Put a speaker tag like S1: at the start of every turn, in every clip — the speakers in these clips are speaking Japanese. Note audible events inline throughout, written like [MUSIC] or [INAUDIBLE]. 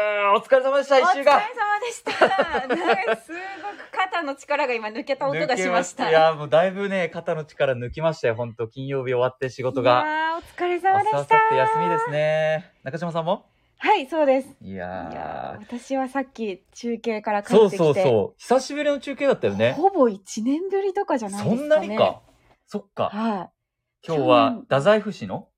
S1: お疲れ様でした、
S2: お
S1: 一週
S2: 疲れ様
S1: 間。
S2: でした。なんかすごく肩の力が今抜けた音がしました。
S1: 抜けいや、もうだいぶね、肩の力抜きましたよ、本当金曜日終わって仕事が。
S2: いやーお疲れ
S1: 明
S2: 様で
S1: 日、明後
S2: した。
S1: 日休みですね。中島さんも
S2: はい、そうです。
S1: い
S2: いや
S1: や
S2: ー私はさっき中継から
S1: ー。
S2: 帰
S1: そ
S2: っ
S1: う
S2: てきて、
S1: そうそう。久しぶりの中継だったよね。
S2: ほぼ1年ぶりとかじゃない
S1: そ
S2: ですか、ね。
S1: んなにか。そっか。
S2: は
S1: 今日は、太宰府市の
S2: い。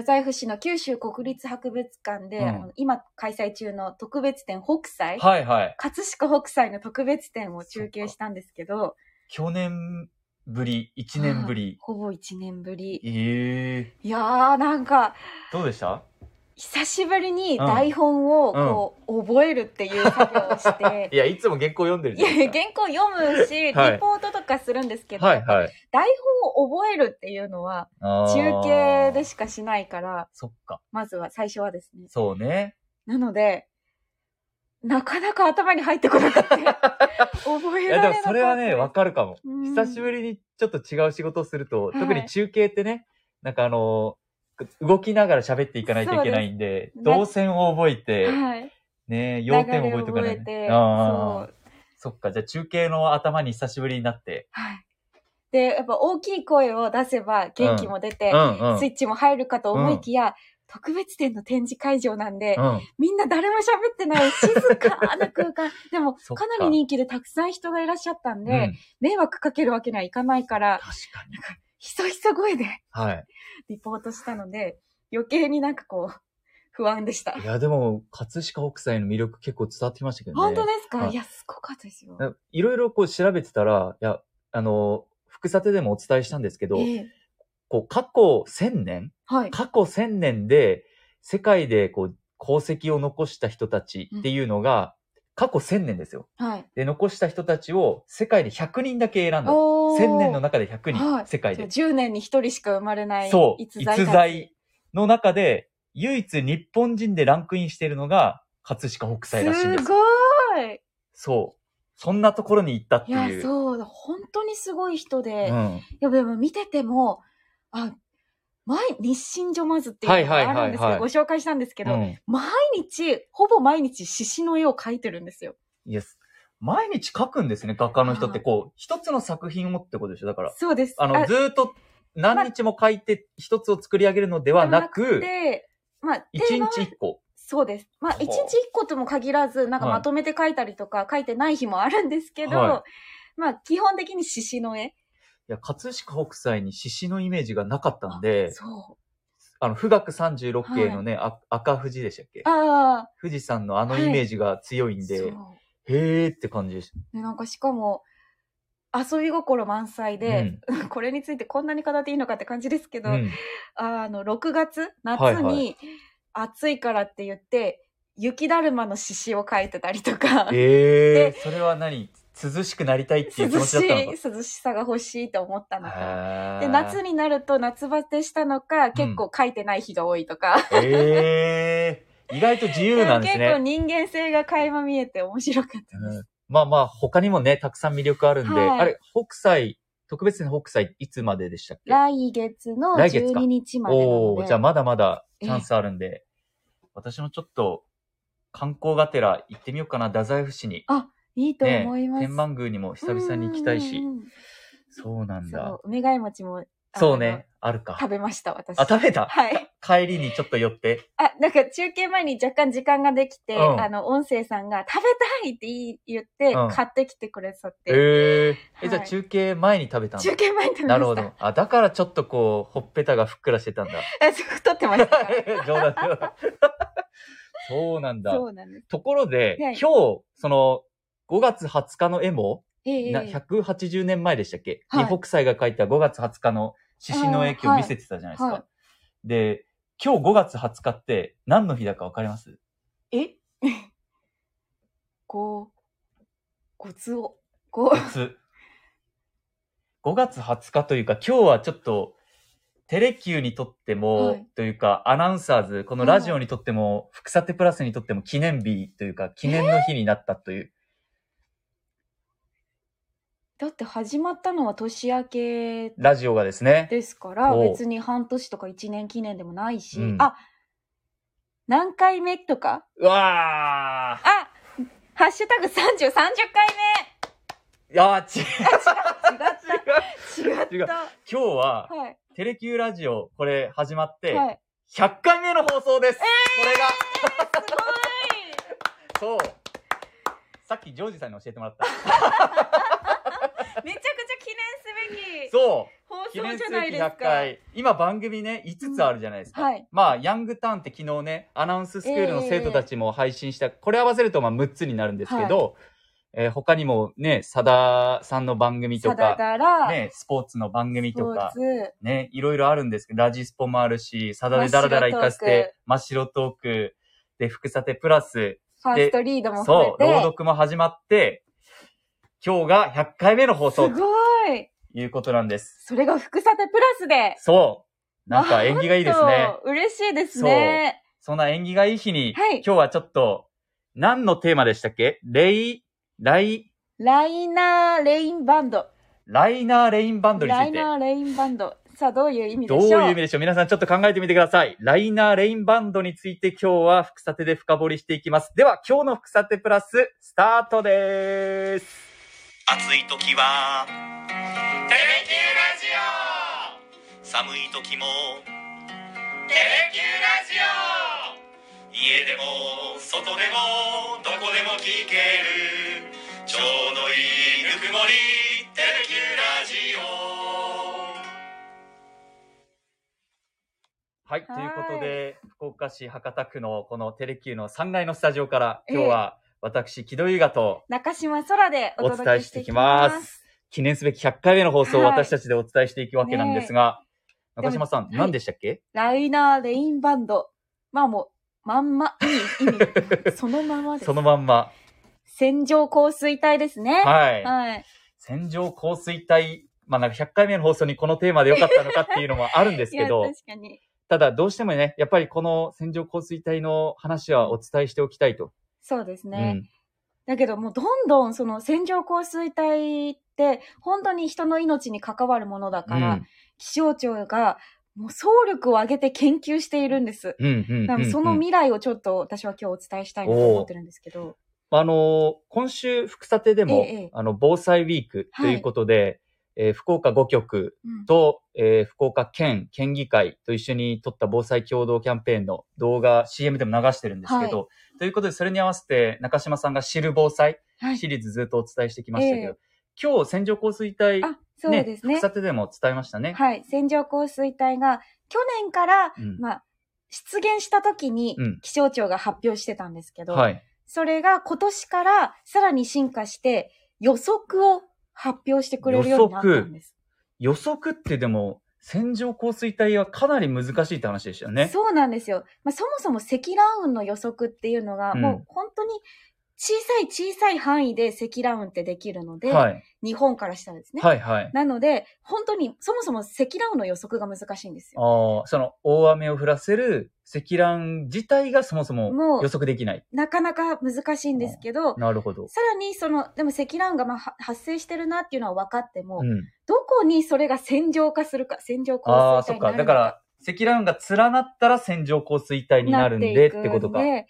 S2: 太宰府市の九州国立博物館で、
S1: うん
S2: あの今開催中の特別展北斎、
S1: はいはい。
S2: 葛飾北斎の特別展を中継したんですけど、
S1: 去年ぶり、一年ぶり。
S2: ほぼ1年ぶり。
S1: ええ
S2: いやー、なんか、
S1: ー。どうでした
S2: 久しぶりに台本をこう覚えるっていう作業をし
S1: [LAUGHS] い
S2: て、
S1: や、いつも原稿読んでる
S2: い
S1: じゃ
S2: や
S1: ないですか。
S2: 原稿読むし、リポ
S1: はい
S2: ートとかするんですけど、
S1: はいはい。
S2: 台本を覚えるっていうのは
S1: あー
S2: 中継でしかしないから、
S1: そっか。
S2: まずは最初はですね。
S1: そうね。
S2: なので、なかなか頭に入って
S1: [LAUGHS]
S2: こなくて、覚
S1: い
S2: え
S1: や、でも
S2: られなかった。
S1: それはね、わかるかも。
S2: うん
S1: 久しぶりにちょっと違う仕事をすると、
S2: はい
S1: 特に中継ってね、なんかあの、動きながら喋っていかないといけないんで、
S2: そうです
S1: 動線を覚えて、
S2: はい。
S1: ね、要点を覚えておかな
S2: 流れ
S1: い
S2: を
S1: と。
S2: 覚えて、
S1: あ
S2: そ
S1: ー
S2: う。
S1: そっか、じゃあ中継の頭に久しぶりになって。
S2: はい。で、やっぱ大きい声を出せば元気も出て、
S1: うんうん。
S2: スイッチも入るかと思いきや、特別展の展示会場なんで、
S1: うん。
S2: みんな誰も喋ってない静かな
S1: [LAUGHS]
S2: 空間。でも、
S1: そっか
S2: かなり人気でたくさん人がいらっしゃったんで、
S1: うん
S2: 迷惑かけるわけにはいかないから、
S1: 確かに。
S2: ひそひそ声で [LAUGHS]
S1: はい。
S2: リポートしたので、余計になんかこう、不安でした。
S1: いや、でも、葛飾北斎の魅力結構伝わってきましたけどね。
S2: 本当ですか、
S1: はい
S2: いや、すごかったですよ。
S1: いろいろこう調べてたら、いや、あの、副査定でもお伝えしたんですけど、
S2: ええ
S1: こう過去1000年
S2: はい。
S1: 過去1000年で世界でこう功績を残した人たちっていうのが、過去1000年ですよ。
S2: はい。
S1: で、残した人たちを世界で100人だけ選んだ。
S2: おー
S1: 1000年の中で100人、
S2: はい
S1: 世界
S2: じゃあ
S1: で。
S2: 10年に1人しか生まれない
S1: そう、
S2: 逸
S1: 逸
S2: 材たち。
S1: 材の中で唯一日本人でランクインしているのが葛飾北斎らしいんですす
S2: ご
S1: よ。
S2: ーい
S1: そう。そんなところに行ったって
S2: い
S1: いう。
S2: や、そうだ。本当にすごい人で、
S1: うん。
S2: いや、でも見てても、あ、毎日清所まずっていうの
S1: はいは
S2: が
S1: いは
S2: あ
S1: いはい
S2: るんですけど、ご紹介したんですけど、
S1: うん
S2: 毎日、ほぼ毎日、獅子の絵を描いてるんですよ。
S1: いや毎日書くんですね、画家の人って。こう、一つの作品を持ってことでしょだから。
S2: そうです。
S1: あの、ずーっと何日も書いて一つを作り上げるのではなく、
S2: で、まあ、
S1: 一
S2: テーマは
S1: 日一個。
S2: そうです。まあ、
S1: ほう
S2: 一日一個とも限らず、なんか
S1: はい
S2: まとめて描いたりとか、描いてない日もあるんですけど、
S1: は
S2: まあ、基本的に獅子の絵。
S1: いや、葛飾北斎に獅子のイメージがなかったんで、
S2: そう。
S1: あの、富岳三十六景のね、あ赤富士でしたっけ
S2: ああ、
S1: 富士山のあの
S2: はい
S1: イメージが強いんで、
S2: そう。
S1: へーって感じでし
S2: でなんかしかも、遊び心満載で、 [LAUGHS] これについてこんなに語っていいのかって感じですけ
S1: た。
S2: ど、
S1: うん。
S2: あの、6月、夏
S1: はいは
S2: に暑いからって言って、雪だるまの獅子を描いてたりとか、
S1: え
S2: で
S1: ー、それは何涼しくなりたいっていう気
S2: 涼
S1: 持
S2: し
S1: ちだったの
S2: い、涼しさが欲しいと思ったのか。
S1: か
S2: で、夏になると夏バテしたのか、結構描いてない日が多い
S1: [LAUGHS]
S2: とか。
S1: に。えー、意外と自由なんです
S2: [LAUGHS] 結
S1: ね。
S2: 構人間性が垣間見えて面白かったで
S1: う
S2: す
S1: ん。まあまあ、他にもね、たくさん魅力あるんで、
S2: はい
S1: あれ、北斎、特別に北斎、いつまででしたっけ
S2: 来月の
S1: 来月か
S2: 12日までな
S1: お
S2: の
S1: おー
S2: で。
S1: じゃあまだまだチャンスあるんで、私もちょっと、観光がてら行ってみようかな、太宰府市に。
S2: いいと
S1: ね
S2: 思います。
S1: 天満宮にも久々に行きたいし
S2: うん。うんうん
S1: そうなん
S2: そ
S1: だ
S2: う。、梅貝餅も。あの
S1: そうね。、あるか。
S2: 食べました、私。
S1: あ、食べた
S2: はい。
S1: [LAUGHS] 帰りにちょっと寄って。
S2: あ、なんか中継前に若干時間ができて、
S1: うん
S2: あの、音声さんが食べたいって言い言って、
S1: うん
S2: 買ってきてくれさっ
S1: え
S2: て、
S1: え、
S2: はい
S1: じゃあ中継前に食べたんだ
S2: 中。継前に食べました。
S1: なるほど。あ、だからちょっとこう、ほっぺたがふっくらしてたんだ。
S2: え、そう撮ってました
S1: [LAUGHS] 冗談冗談そうなんだ。
S2: そうなんです。
S1: ところで、
S2: はい
S1: 今日、その、5月20日の絵も、
S2: ええ
S1: な180年前でしたっけ、
S2: はい
S1: に北斎が描いた5月20日の獅子の絵
S2: あーは
S1: を
S2: い
S1: 見せてたじゃないですか。
S2: はい
S1: で、今日5月20日って何の日だかわかります
S2: え [LAUGHS] え。ご、ごつお。ご、
S1: つ5月20日というか、今日はちょっと、テレキューにとっても、
S2: はい
S1: というか、アナウンサーズ、このラジオにとっても、福さてプラスにとっても記念日というか、記念の日になったという。
S2: だって始まったのは年明け
S1: ラジオがですね。
S2: ですから、
S1: おう
S2: 別に半年とか一年記念でもないし、
S1: うん
S2: あ、何回目とか
S1: うわー
S2: あハッシュタグ30、30回
S1: いやー、ち、 [LAUGHS]
S2: 目違った。違
S1: 違う
S2: った。
S1: 今日は、
S2: はい。
S1: テレキューラジオ、これ始まって、
S2: はい。
S1: 100回目の放送です、これがそうさっきジョージさんに教えてもらった。
S2: すごいめちゃくちゃ記念すべき
S1: そう
S2: 放
S1: 記念
S2: 送
S1: す
S2: じ
S1: べ
S2: ゃない
S1: き
S2: ですか
S1: 100。回。今番組ね、5つあるじゃないですか。
S2: はい。
S1: まあ、ヤングターンって昨日ね、アナウンススクールの生徒たちも配信した、これ合わせるとまあ6つになるんですけど、えー他にもね、さださんの番組と
S2: さだ
S1: か、
S2: だら、
S1: ね、スポーツの番組
S2: スポ
S1: と
S2: ー
S1: か、
S2: ツ、
S1: ね、いろいろあるんですけど、ラジスポもあるし、さだでダラダラ行かせて、真っ白トーク、で、福さてプラス、
S2: ファーストリードも含め
S1: そう、
S2: て。
S1: 朗読も始まって、今日が100回目の放送
S2: す
S1: と
S2: ごい。
S1: いうことなんです。
S2: それが福さてプラスで。
S1: そう。なんか縁起がいいですね。
S2: そう嬉しいですね。
S1: そんな縁起がいい日に、
S2: はい
S1: 今日はちょっと、何のテーマでしたっけレイ、ライ、
S2: ライナーレインバンド。
S1: ライナーレインバンドにつ
S2: ライ
S1: いて。
S2: ナーレインバンド。さあ、どういう意味で
S1: どう
S2: しょう
S1: いう意味でしょう皆さんちょっと考えてみてください。ライナーレインバンドについて今日は福さてで深掘りしていきます。では今日の福さてプラス、スタートでーす。
S3: 暑い時は「テレキューラジオ」寒い時も「テレキューラジオ」家でも外でもどこでも聞けるちょうどいいぬくもり「テレキューラジオ」
S1: はい。と
S2: はい
S1: いうことで、福岡市博多区のこのテレキューの3階のスタジオから、今日は私、木戸優雅と
S2: 中島空でお
S1: お
S2: 届
S1: 伝
S2: け
S1: え
S2: し
S1: してて
S2: い
S1: い
S2: き
S1: き
S2: ま
S1: ますす。記念すべき100回目の放送を
S2: はい
S1: 私たちでお伝えしていくわけなんですが、
S2: ねえ
S1: 中島さん、
S2: でも
S1: 何でしたっけ
S2: ライナーレインバンド。まあもう、まんま、意味、意
S1: [LAUGHS]
S2: 味、そのままです
S1: そ。のまんま。
S2: 線状降水帯ですね。
S1: はい。
S2: はい。
S1: 線状降水帯、まあなんか100回目の放送にこのテーマでよかったのかっていうのもあるんです
S2: [LAUGHS] い
S1: け
S2: や、
S1: ど
S2: 確、かに。
S1: ただどうしてもね、やっぱりこの線状降水帯の話はお伝えしておきたいと。
S2: そうですね。だけどもうどんどんその線状降水帯って本当に人の命に関わるものだ
S1: うん。
S2: か
S1: うん
S2: ら、。気象庁がもう総力を挙げて研究しているんです。
S1: うんうん。
S2: だ
S1: う
S2: から
S1: ん
S2: その未来をちょっと私は今日お伝えしたいなと思ってるんですけど。
S1: あのー今週、福さてでも、
S2: ええ
S1: あの、防災ウィークということで、えー福岡5局
S2: うん
S1: と、えー福岡県県議会と一緒に撮った防災共同キャンペーンの動画、CM でも流してるんですけど、ということで、それに合わせて中島さんが知る防災
S2: はい
S1: シリーズずっとお伝えしてきましたけど、
S2: え
S1: 今日、線状降水帯、
S2: あ、そうですね
S1: 福。さてでも伝えましたね。
S2: はい。線状降水帯が去年から、
S1: うん
S2: まあ、出現した時に
S1: うん
S2: 気象庁が発表してたんですけど、
S1: はい。
S2: それが今年からさらに進化して予測を発表してくれるようになったんです。
S1: 予測ってでも、線状降水帯はかなり難しいって話でしたよね。
S2: そうなんですよ。まあ、そもそも積乱雲の予測っていうのが、
S1: うん
S2: もう本当に小さい小さい範囲で積乱雲ってできるので、
S1: はい。
S2: 日本からしたらですね。
S1: はい、はい。
S2: なので、本当にそもそも積乱雲の予測が難しいんですよ。
S1: ああ、その大雨を降らせる積乱雲自体がそもそ
S2: も
S1: も
S2: う
S1: 予測できない。
S2: なかなか難しいんですけど、
S1: なるほど。
S2: さらにその、でも積乱雲がまあは発生してるなっていうのは分かっても、
S1: うん。
S2: どこにそれが線状化するか、線状降
S1: ああ、
S2: 水
S1: そっ
S2: 帯にな
S1: か。
S2: る
S1: だ
S2: の
S1: か、
S2: から
S1: 積乱雲が連なったら線状降水帯になるんでってことか
S2: な。ていくんで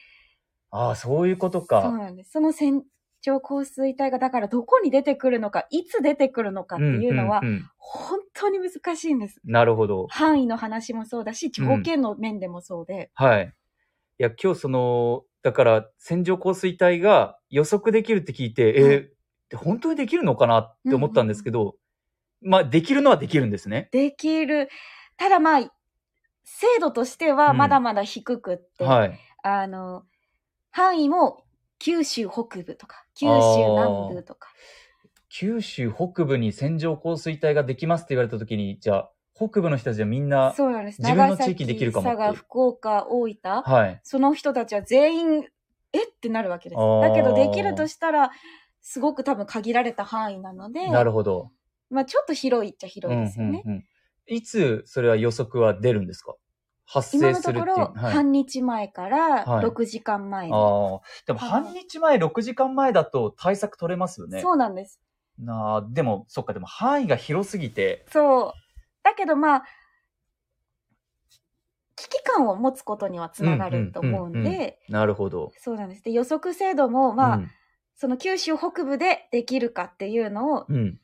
S1: ああ、そういうこと
S2: そう
S1: か。
S2: なんです。その線状降水帯がだからどこに出てくるのか、いつ出てくるのかっていうのは、
S1: んうんうん
S2: 本当に難しいんです。
S1: なるほど。
S2: 範囲の話もそうだし、条件の面でもそうで。
S1: はい。いや、今日その、だから、線状降水帯が予測できるって聞いて、えーで本当にできるのかなって思ったんですけど、まあ、できるのはできるんですね。
S2: できる。ただまあ、精度としては
S1: うん
S2: まだまだ低くって、
S1: はい。
S2: あの、範囲も九州北部とか、九州南部とか。
S1: 九州北部に線状降水帯ができますって言われた時に、じゃあ、北部の人たちはみんな、
S2: そうなんです。
S1: 自分
S2: 長
S1: の地域でき
S2: 崎、
S1: るかもって
S2: 佐
S1: いう
S2: 賀、福岡、大分。
S1: はい。
S2: その人たちは全員、えってなるわけです
S1: あ。ー
S2: だけどできるとしたら、すごく多分限られた範囲なので、
S1: なるほど。
S2: まあちょっと広いっちゃ広いですよね。
S1: うんうんうんいつそれは予測は出るんですか発
S2: 今
S1: 生す
S2: のと
S1: るっ
S2: こ
S1: ていう。
S2: ろ、
S1: はい、あ
S2: 半日前から
S1: はい
S2: 6時間前に、
S1: あ。でも半日前、6時間前だと対策取れますよね。
S2: そうなんです。
S1: なあ、でも、そっか、でも範囲が広すぎて、
S2: そう。だけどまあ、危機感を持つことにはつながると思うんで、
S1: うんうんうんうんなるほど。
S2: そうなんです。で、予測精度も、まあ、
S1: うん
S2: その九州北部でできるかっていうのを、
S1: うん。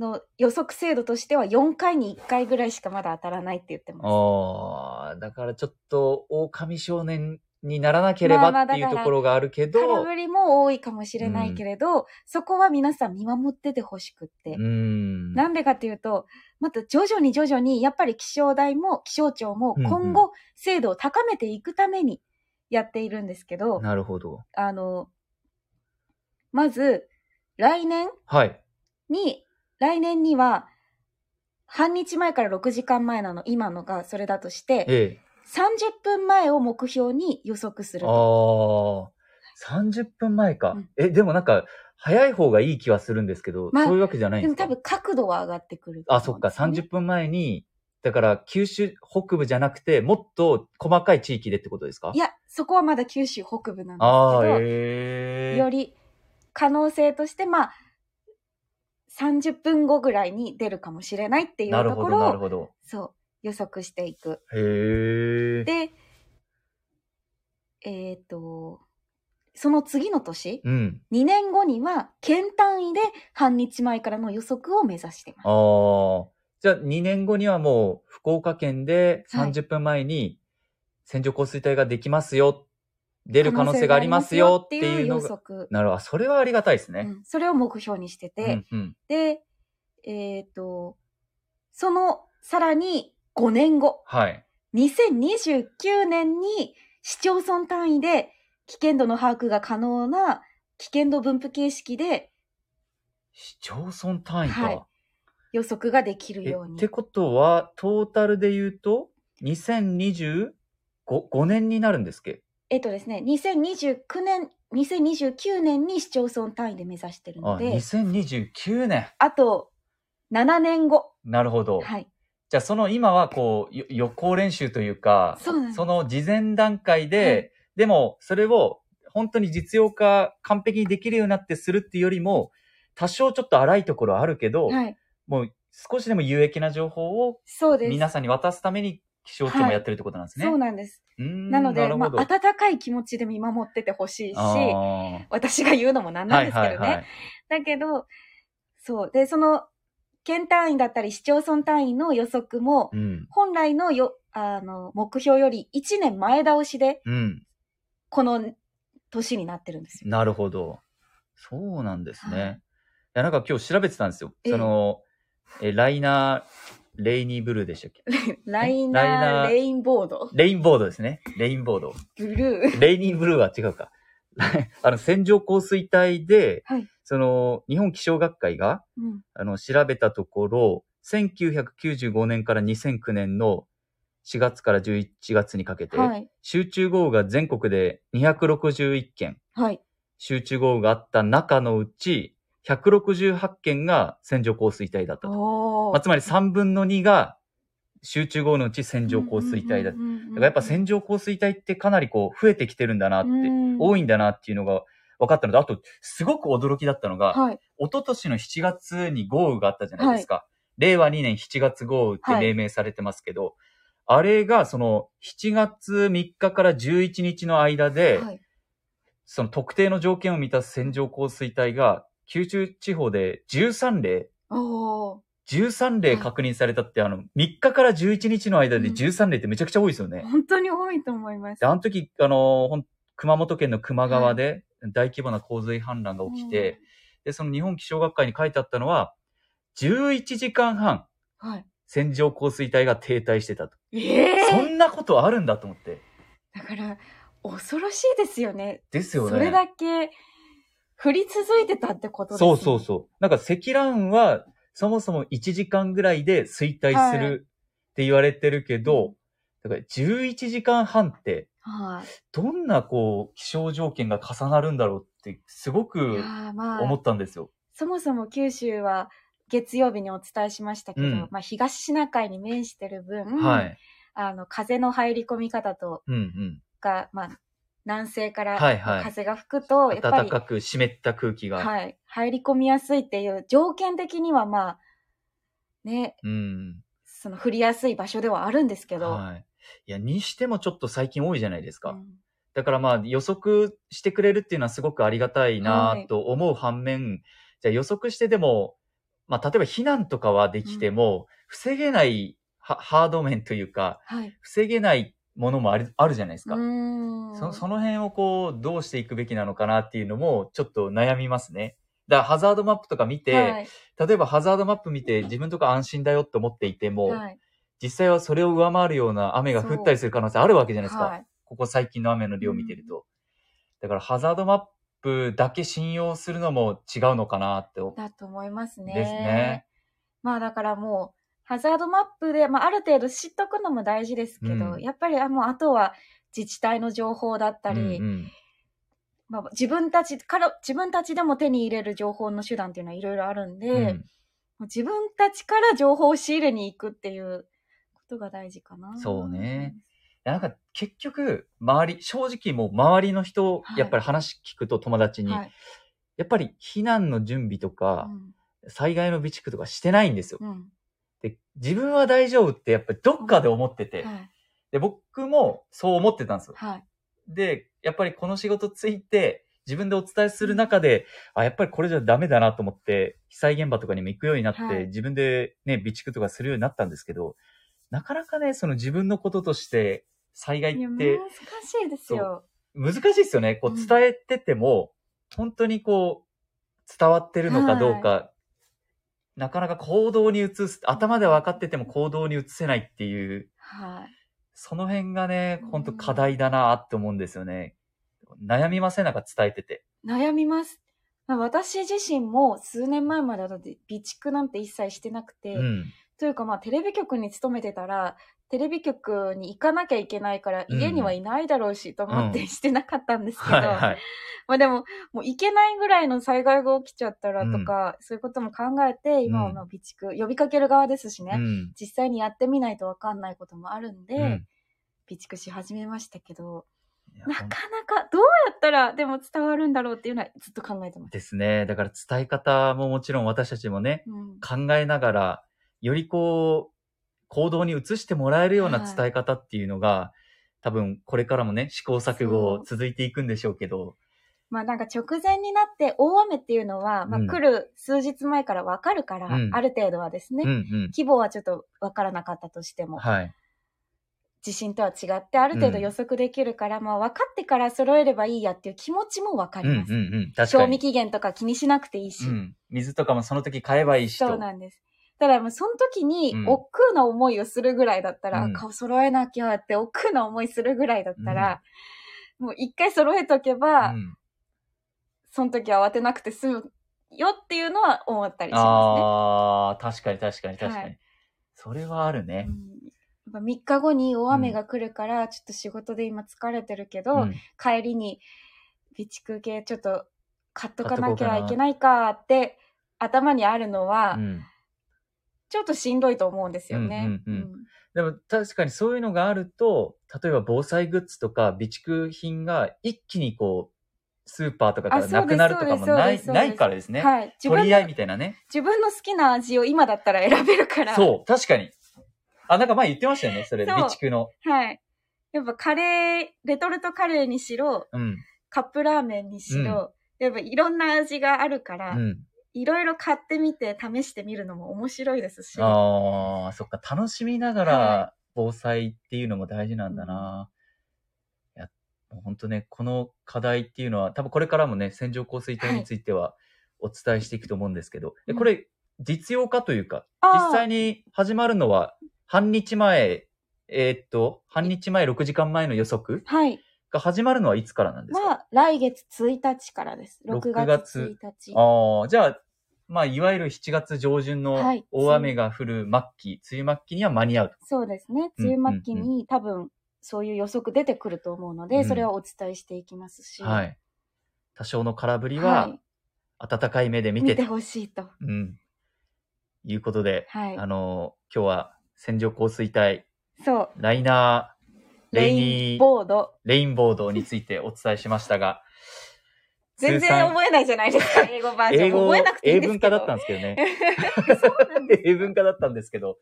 S2: の予測精度としては4回に1回ぐらいしかまだ当たらないって言ってます。
S1: ああ、だからちょっと、狼少年にならなければ
S2: まあまあ
S1: っていう
S2: だか
S1: と
S2: ら
S1: ころがあるけど、
S2: 空振りも多いかもしれないけれど、そこは皆さん見守っててほしくって。
S1: うん。
S2: なんでかっていうと、また徐々に徐々に、やっぱり気象台も気象庁も
S1: うんうん
S2: 今後精度を高めていくためにやっているんですけど、
S1: なるほど。
S2: あの、まず、来年
S1: はい。
S2: に、来年には、半日前から6時間前なの、今のがそれだとして、
S1: ええ。
S2: 30分前を目標に予測する
S1: あ
S2: と。
S1: あ、30分前か
S2: うん。
S1: え、でもなんか、早い方がいい気はするんですけど、
S2: まあ
S1: そういうわけじゃないん
S2: で
S1: で
S2: も
S1: すか
S2: 多分角度は上がってくると
S1: あ、
S2: 思
S1: そっ
S2: うん
S1: か、
S2: ですよね、
S1: 30分前に、だから九州北部じゃなくて、もっと細かい地域でってことですか
S2: いや、そこはまだ九州北部なんですけど、
S1: ああ、ええ
S2: より可能性として、まあ、30分後ぐらいに出るかもしれないっていう
S1: なる
S2: と
S1: ほ
S2: こ
S1: ど、な
S2: ろ
S1: る
S2: を、
S1: ほど。
S2: そう、予測していく。
S1: へえ。
S2: で、えっ、と、その次の年、
S1: うん。
S2: 2年後には、県単位で半日前からの予測を目指してます。
S1: ああ。じゃあ、2年後にはもう、福岡県で
S2: はい
S1: 30分前に、線状降水帯ができますよ、出る可能性がありますよっていうの
S2: 予
S1: が、
S2: 測。
S1: なるほど、それはありがたいです
S2: う
S1: ね。
S2: ん、それを目標にして
S1: う
S2: て、
S1: ん、うん。
S2: で、えっ、と、その、さらに5年後、
S1: はい。
S2: 2029年に市町村単位で危険度の把握が可能な危険度分布形式で
S1: 市町村単位か。
S2: はい予測ができる
S1: え
S2: よう
S1: っ
S2: に
S1: て。ことは、トータルで言うと、2025 5年になるんですっけ
S2: えっとですね、2029年、2029年に市町村単位で目指してる
S1: あ、
S2: ので、
S1: 2029年。
S2: あと7年後。
S1: なるほど。
S2: はい。
S1: じゃあ、その今はこう、よ予行練習というか、
S2: そうなんです
S1: の事前段階で、
S2: はい
S1: でも、それを本当に実用化、完璧にできるようになってするっていうよりも、多少ちょっと荒いところあるけど、
S2: はい。
S1: もう少しでも有益な情報を
S2: そうです。
S1: 皆さんに渡すために気象庁もやってるってことなんですね。
S2: そうなんです。
S1: うーん
S2: なので、
S1: る
S2: ま
S1: ほど
S2: あ、温かい気持ちで見守っててほしいし、
S1: あ
S2: 私が言うのもな
S1: ー
S2: んなん
S1: は
S2: で
S1: い
S2: すけどね。
S1: はいはい。
S2: だけど、そう。で、その、県単位だったり市町村単位の予測も、
S1: うん。
S2: 本来のよ、あの、目標より1年前倒しで、
S1: うん。
S2: この年になってるんですよ。
S1: なるほど。そうなんですね。
S2: はい
S1: い、や、なんか今日調べてたんですよ。
S2: ええ
S1: その、え、ライナー、レイニーブルーでしたっけ
S2: ライ
S1: ライ
S2: ナ
S1: ナ
S2: ー、
S1: ー
S2: レインボード、
S1: レインボードですね。レインボード。
S2: ブルー。
S1: レイニーブルーは違うか。 [LAUGHS] あの、線状降水帯で、
S2: はい
S1: その、日本気象学会が、
S2: うん。
S1: あの、調べたところ、1995年から2009年の4月から11月にかけて、
S2: はい。
S1: 集中豪雨が全国で261件、
S2: はい。
S1: 集中豪雨があった中のうち、168件が線状降水帯だったと。
S2: お
S1: まあ、つまり3分の2が集中豪雨のうち線状降水帯だった。だからやっぱ線状降水帯ってかなりこう増えてきてるんだなって、多
S2: い
S1: いんだなっていうのが分かったのと、あと、すごく驚きだったのが、
S2: はい。
S1: 一昨年の7月に豪雨があったじゃないですか。令和2年7月豪雨って命名されてますけど、あれがその7月3日から11日の間で、
S2: はい。
S1: その特定の条件を満たす線状降水帯が、九州地方で13例、
S2: おー
S1: 13例確認されたって、あの、3日から11日の間で
S2: うん
S1: 13例ってめちゃくちゃ多いですよね。
S2: 本当に多いと思います
S1: で、。あの時、あのほん熊本県の球磨川で大規模な洪水氾濫が起きて、で、その日本気象学会に書いてあったのは、11時間半、
S2: うん、はい。
S1: 線状降水帯が停滞してたと。
S2: ええ
S1: そんなことあるんだと思って。
S2: だから、恐ろしいですよね。
S1: ですよね。
S2: それだけ降り続いてたってことです
S1: そ
S2: ね
S1: うそうそう。なんか積乱雲は、そもそも1時間ぐらいで衰退す
S2: はい
S1: るって言われてるけど、だから11時間半って、
S2: はい、
S1: どんなこう、気象条件が重なるんだろうって、すご
S2: い
S1: く
S2: やーま
S1: 思
S2: あ、
S1: ったんですよ。
S2: そもそも九州は月曜日にお伝えしましたけど、
S1: うん
S2: まあ、東シナ海に面してる分、
S1: はい。
S2: あの風の入り込み方と
S1: うんうん。
S2: か、まあ、南西から
S1: はいはい
S2: 風が吹くと、やっぱ
S1: 暖
S2: り、
S1: かく湿った空気が。
S2: はい、入り込みやすいっていう条件的にはまあね
S1: うん。
S2: その降りやすい場所ではあるんですけど、
S1: はい。いや、にしてもちょっと最近多いじゃないですか。だからまあ予測してくれるっていうのはすごくありがたいなと思う反面、じゃあ予測してでも、まあ例えば避難とかはできても、防げないハハード面というか、
S2: はい。
S1: 防げないものもあるあるじゃないですか。
S2: うん
S1: そその辺をこう、どうしていくべきなのかなっていうのも、ちょっと悩みますね。だからハザードマップとか見て、
S2: はい
S1: 例えばハザードマップ見て自分とか安心だよって思っていても、
S2: はい
S1: 実際はそれを上回るような雨が降ったりする可能性あるわけじゃないですか。
S2: はい
S1: ここ最近の雨の量を見てると。だからハザードマップだけ信用するのも違うのかなって思
S2: だと思いますね。
S1: ですね
S2: まあだからもう、ハザードマップで、まあある程度知っとくのも大事ですけど、
S1: うん
S2: やっぱりあもうあとは自治体の情報だったり、
S1: うんうん
S2: まあ、自分たちから、自分たちでも手に入れる情報の手段っていうのはいろいろあるんで、
S1: うん
S2: もう自分たちから情報を仕入れに行くっていうことが大事かな。
S1: そうね。なんか結局、周り、正直もう周りの人、
S2: はい
S1: やっぱり話聞くと友達に、
S2: はい。
S1: やっぱり避難の準備とか、災害の備蓄とかしてないんですよ。
S2: うん。うん
S1: で、自分は大丈夫ってやっぱりどっかで思ってて、
S2: はい。
S1: で、僕もそう思ってたんですよ。
S2: はい。
S1: で、やっぱりこの仕事ついて、自分でお伝えする中で、あ、やっぱりこれじゃダメだなと思って、被災現場とかにも行くようになって、
S2: はい
S1: 自分でね、備蓄とかするようになったんですけど、なかなかね、その自分のこととして、災害っ
S2: いや、難
S1: て
S2: しいですよ。
S1: 難しいですよね。こう
S2: うん
S1: 伝えてても、本当にこう、伝わってるのかどうか、なかなか行動に移す、頭で分かってても行動に移せないっていう
S2: はい。
S1: その辺がね
S2: うん、
S1: 本当課題だなって思うんですよね。悩みませんなんか伝えてて。
S2: 悩みます。まあ私自身も数年前まではだって備蓄なんて一切してなくて、
S1: うん。
S2: というかまあテレビ局に勤めてたら、テレビ局に行かなきゃいけないから
S1: うん
S2: 家にはいないだろうしと思っ
S1: う
S2: て
S1: ん
S2: してなかったんですけど、
S1: はいはい。
S2: まあでも、もう行けないぐらいの災害が起きちゃったらとか、そういうことも考えて、今はまあ備蓄、呼びかける側ですしね、
S1: うん。
S2: 実際にやってみないとわかんないこともあるんで、
S1: うん
S2: 備蓄し始めましたけど、
S1: いや
S2: なか
S1: ほん
S2: な
S1: と
S2: かどうやったらでも伝わるんだろうっていうのはずっと考えてます。
S1: ですね。だから伝え方ももちろん私たちもね、
S2: うん
S1: 考えながら、よりこう、行動に移してもらえるような
S2: はい
S1: 伝え方っていうのが、多分これからもね、試行錯
S2: そ
S1: 誤
S2: う
S1: 続いていくんでしょうけど、
S2: まあなんか直前になって大雨っていうのは、まあ
S1: うん
S2: 来る数日前からわかるから、
S1: うん
S2: ある程度はですね、
S1: うんうん。
S2: 規模はちょっとわからなかったとしても、
S1: はい。
S2: 地震とは違ってある程度予測できるから、まあ分かってから揃えればいいやっていう気持ちもわか
S1: う
S2: り
S1: んうん
S2: ます。
S1: うん。確
S2: 賞
S1: か
S2: 味
S1: に。
S2: 期限とか気にしなくていいし。
S1: うん。水とかもその時買えばいいしと。
S2: そうなんです。ただもうその時に
S1: うん
S2: 億劫な思いをするぐらいだったら、
S1: うん
S2: 顔揃えなきゃって億劫な思いするぐらいだったら、もう一回揃えとけば、
S1: うん
S2: その時慌てなくて済むよっていうのは思ったりしま
S1: ああ、確かに確かに確かに。
S2: は
S1: それはある
S2: すね。
S1: ね
S2: う。んやっぱ3日後に大雨が来るから、ちょっと仕事で今疲れてるけど、
S1: うん
S2: 帰りに備蓄系ちょっと買っとかなき
S1: 買
S2: ゃ
S1: っとこうかない
S2: けないかって頭にあるのは、
S1: うん
S2: ちょっとしんどいと思うんですよね。
S1: うんうんうんでも確かにそういうのがあると、例えば防災グッズとか備蓄品が一気にこう、スーパーとかか
S2: あ
S1: ら
S2: そうです
S1: なくなるとかもな
S2: そうで
S1: い
S2: すそうです
S1: ないからですね。
S2: はい。自
S1: 取
S2: 分
S1: り合い
S2: の
S1: みたいなね。
S2: 自分の好きな味を今だったら選べるか
S1: [LAUGHS]
S2: ら。
S1: そう、確かに。あ、なんか前言ってましたよね、それ、
S2: そう
S1: 備蓄の。
S2: はい。やっぱカレー、レトルトカレーにしろ、
S1: うん。
S2: カップラーメンにしろ、やっぱいろんな味があるから、
S1: うん。
S2: いろいろ買ってみて試してみるのも面白いですし。
S1: ああ、そっか、楽しみなが
S2: は
S1: ら防災っていうのも大事なんだな。いや、もう本当ね、この課題っていうのは、多分これからもね、線状降水帯についてはお伝えしていくと思うんですけど、えこれ、実用化というか、
S2: あー
S1: 実際に始まるのは、半日前、えーっと、半日前、6時間前の予測
S2: はい。
S1: が始まるのはいつからなんですか、
S2: まあ、来月1日からです。6
S1: 6
S2: 月1日。
S1: ああ、じゃあ、まあ、いわゆる7月上旬
S2: は
S1: の
S2: い
S1: 大雨が降る末期、梅雨末期には間に合うと。
S2: そうですね。
S1: うん
S2: 梅雨末期に多分、そういう予測出てくると思うので、
S1: うん
S2: それはお伝えしていきますし。。
S1: はいい。多少の空振りは、温かい目で見
S2: 見
S1: てと
S2: てほしいと。
S1: うん。いうことで、
S2: はい。
S1: あの、今日は線状降水帯、
S2: そう。
S1: ライナー、レイ
S2: レイン
S1: ニー、
S2: ボード。
S1: レインボードについてお伝えしました
S2: [LAUGHS]
S1: が、通
S2: 全然
S1: 算
S2: 覚えないじゃないですか、
S1: [LAUGHS]
S2: 英語バージョン。
S1: 英語
S2: 覚えなく、ていい
S1: 英
S2: んです
S1: 文化
S2: けど。
S1: だったんですけどね。
S2: [LAUGHS]
S1: [LAUGHS]
S2: そうなんです。
S1: 英文化だったんですけど、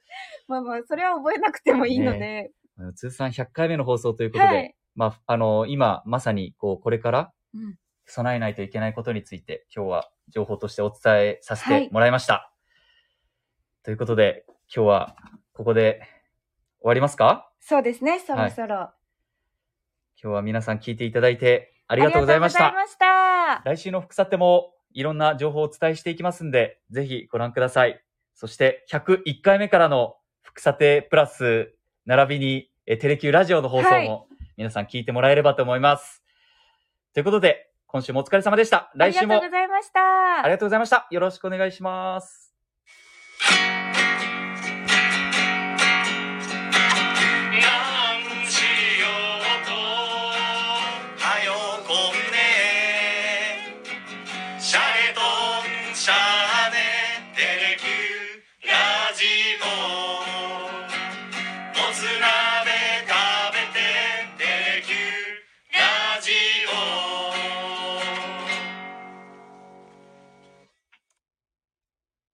S2: まあまあ、それは覚えなくてもいいので、
S1: 通算100回目の放送ということで、
S2: はい
S1: まあ、あの、今、まさに、こう、これから
S2: うん、
S1: 備えないといけないことについて、今日は情報としてお伝えさせてもらいました。ということで、今日は、ここで、終わりますか
S2: そうですね、そろそろ。
S1: 今日は皆さん聞いていただいて、あ
S2: あ
S1: りがとうございました。
S2: りがとうございました
S1: 来週の福さてもいろんな情報をお伝えしていきますんで、ぜひご覧ください。そして101回目からの福さてプラス並びにえテレキューラジオの放送
S2: はい
S1: も皆さん聞いてもらえればと思います。ということで、今週もお疲れ様でした。来週も
S2: ありがとうございました
S1: ありがとうございました。よろしくお願いします。
S3: 「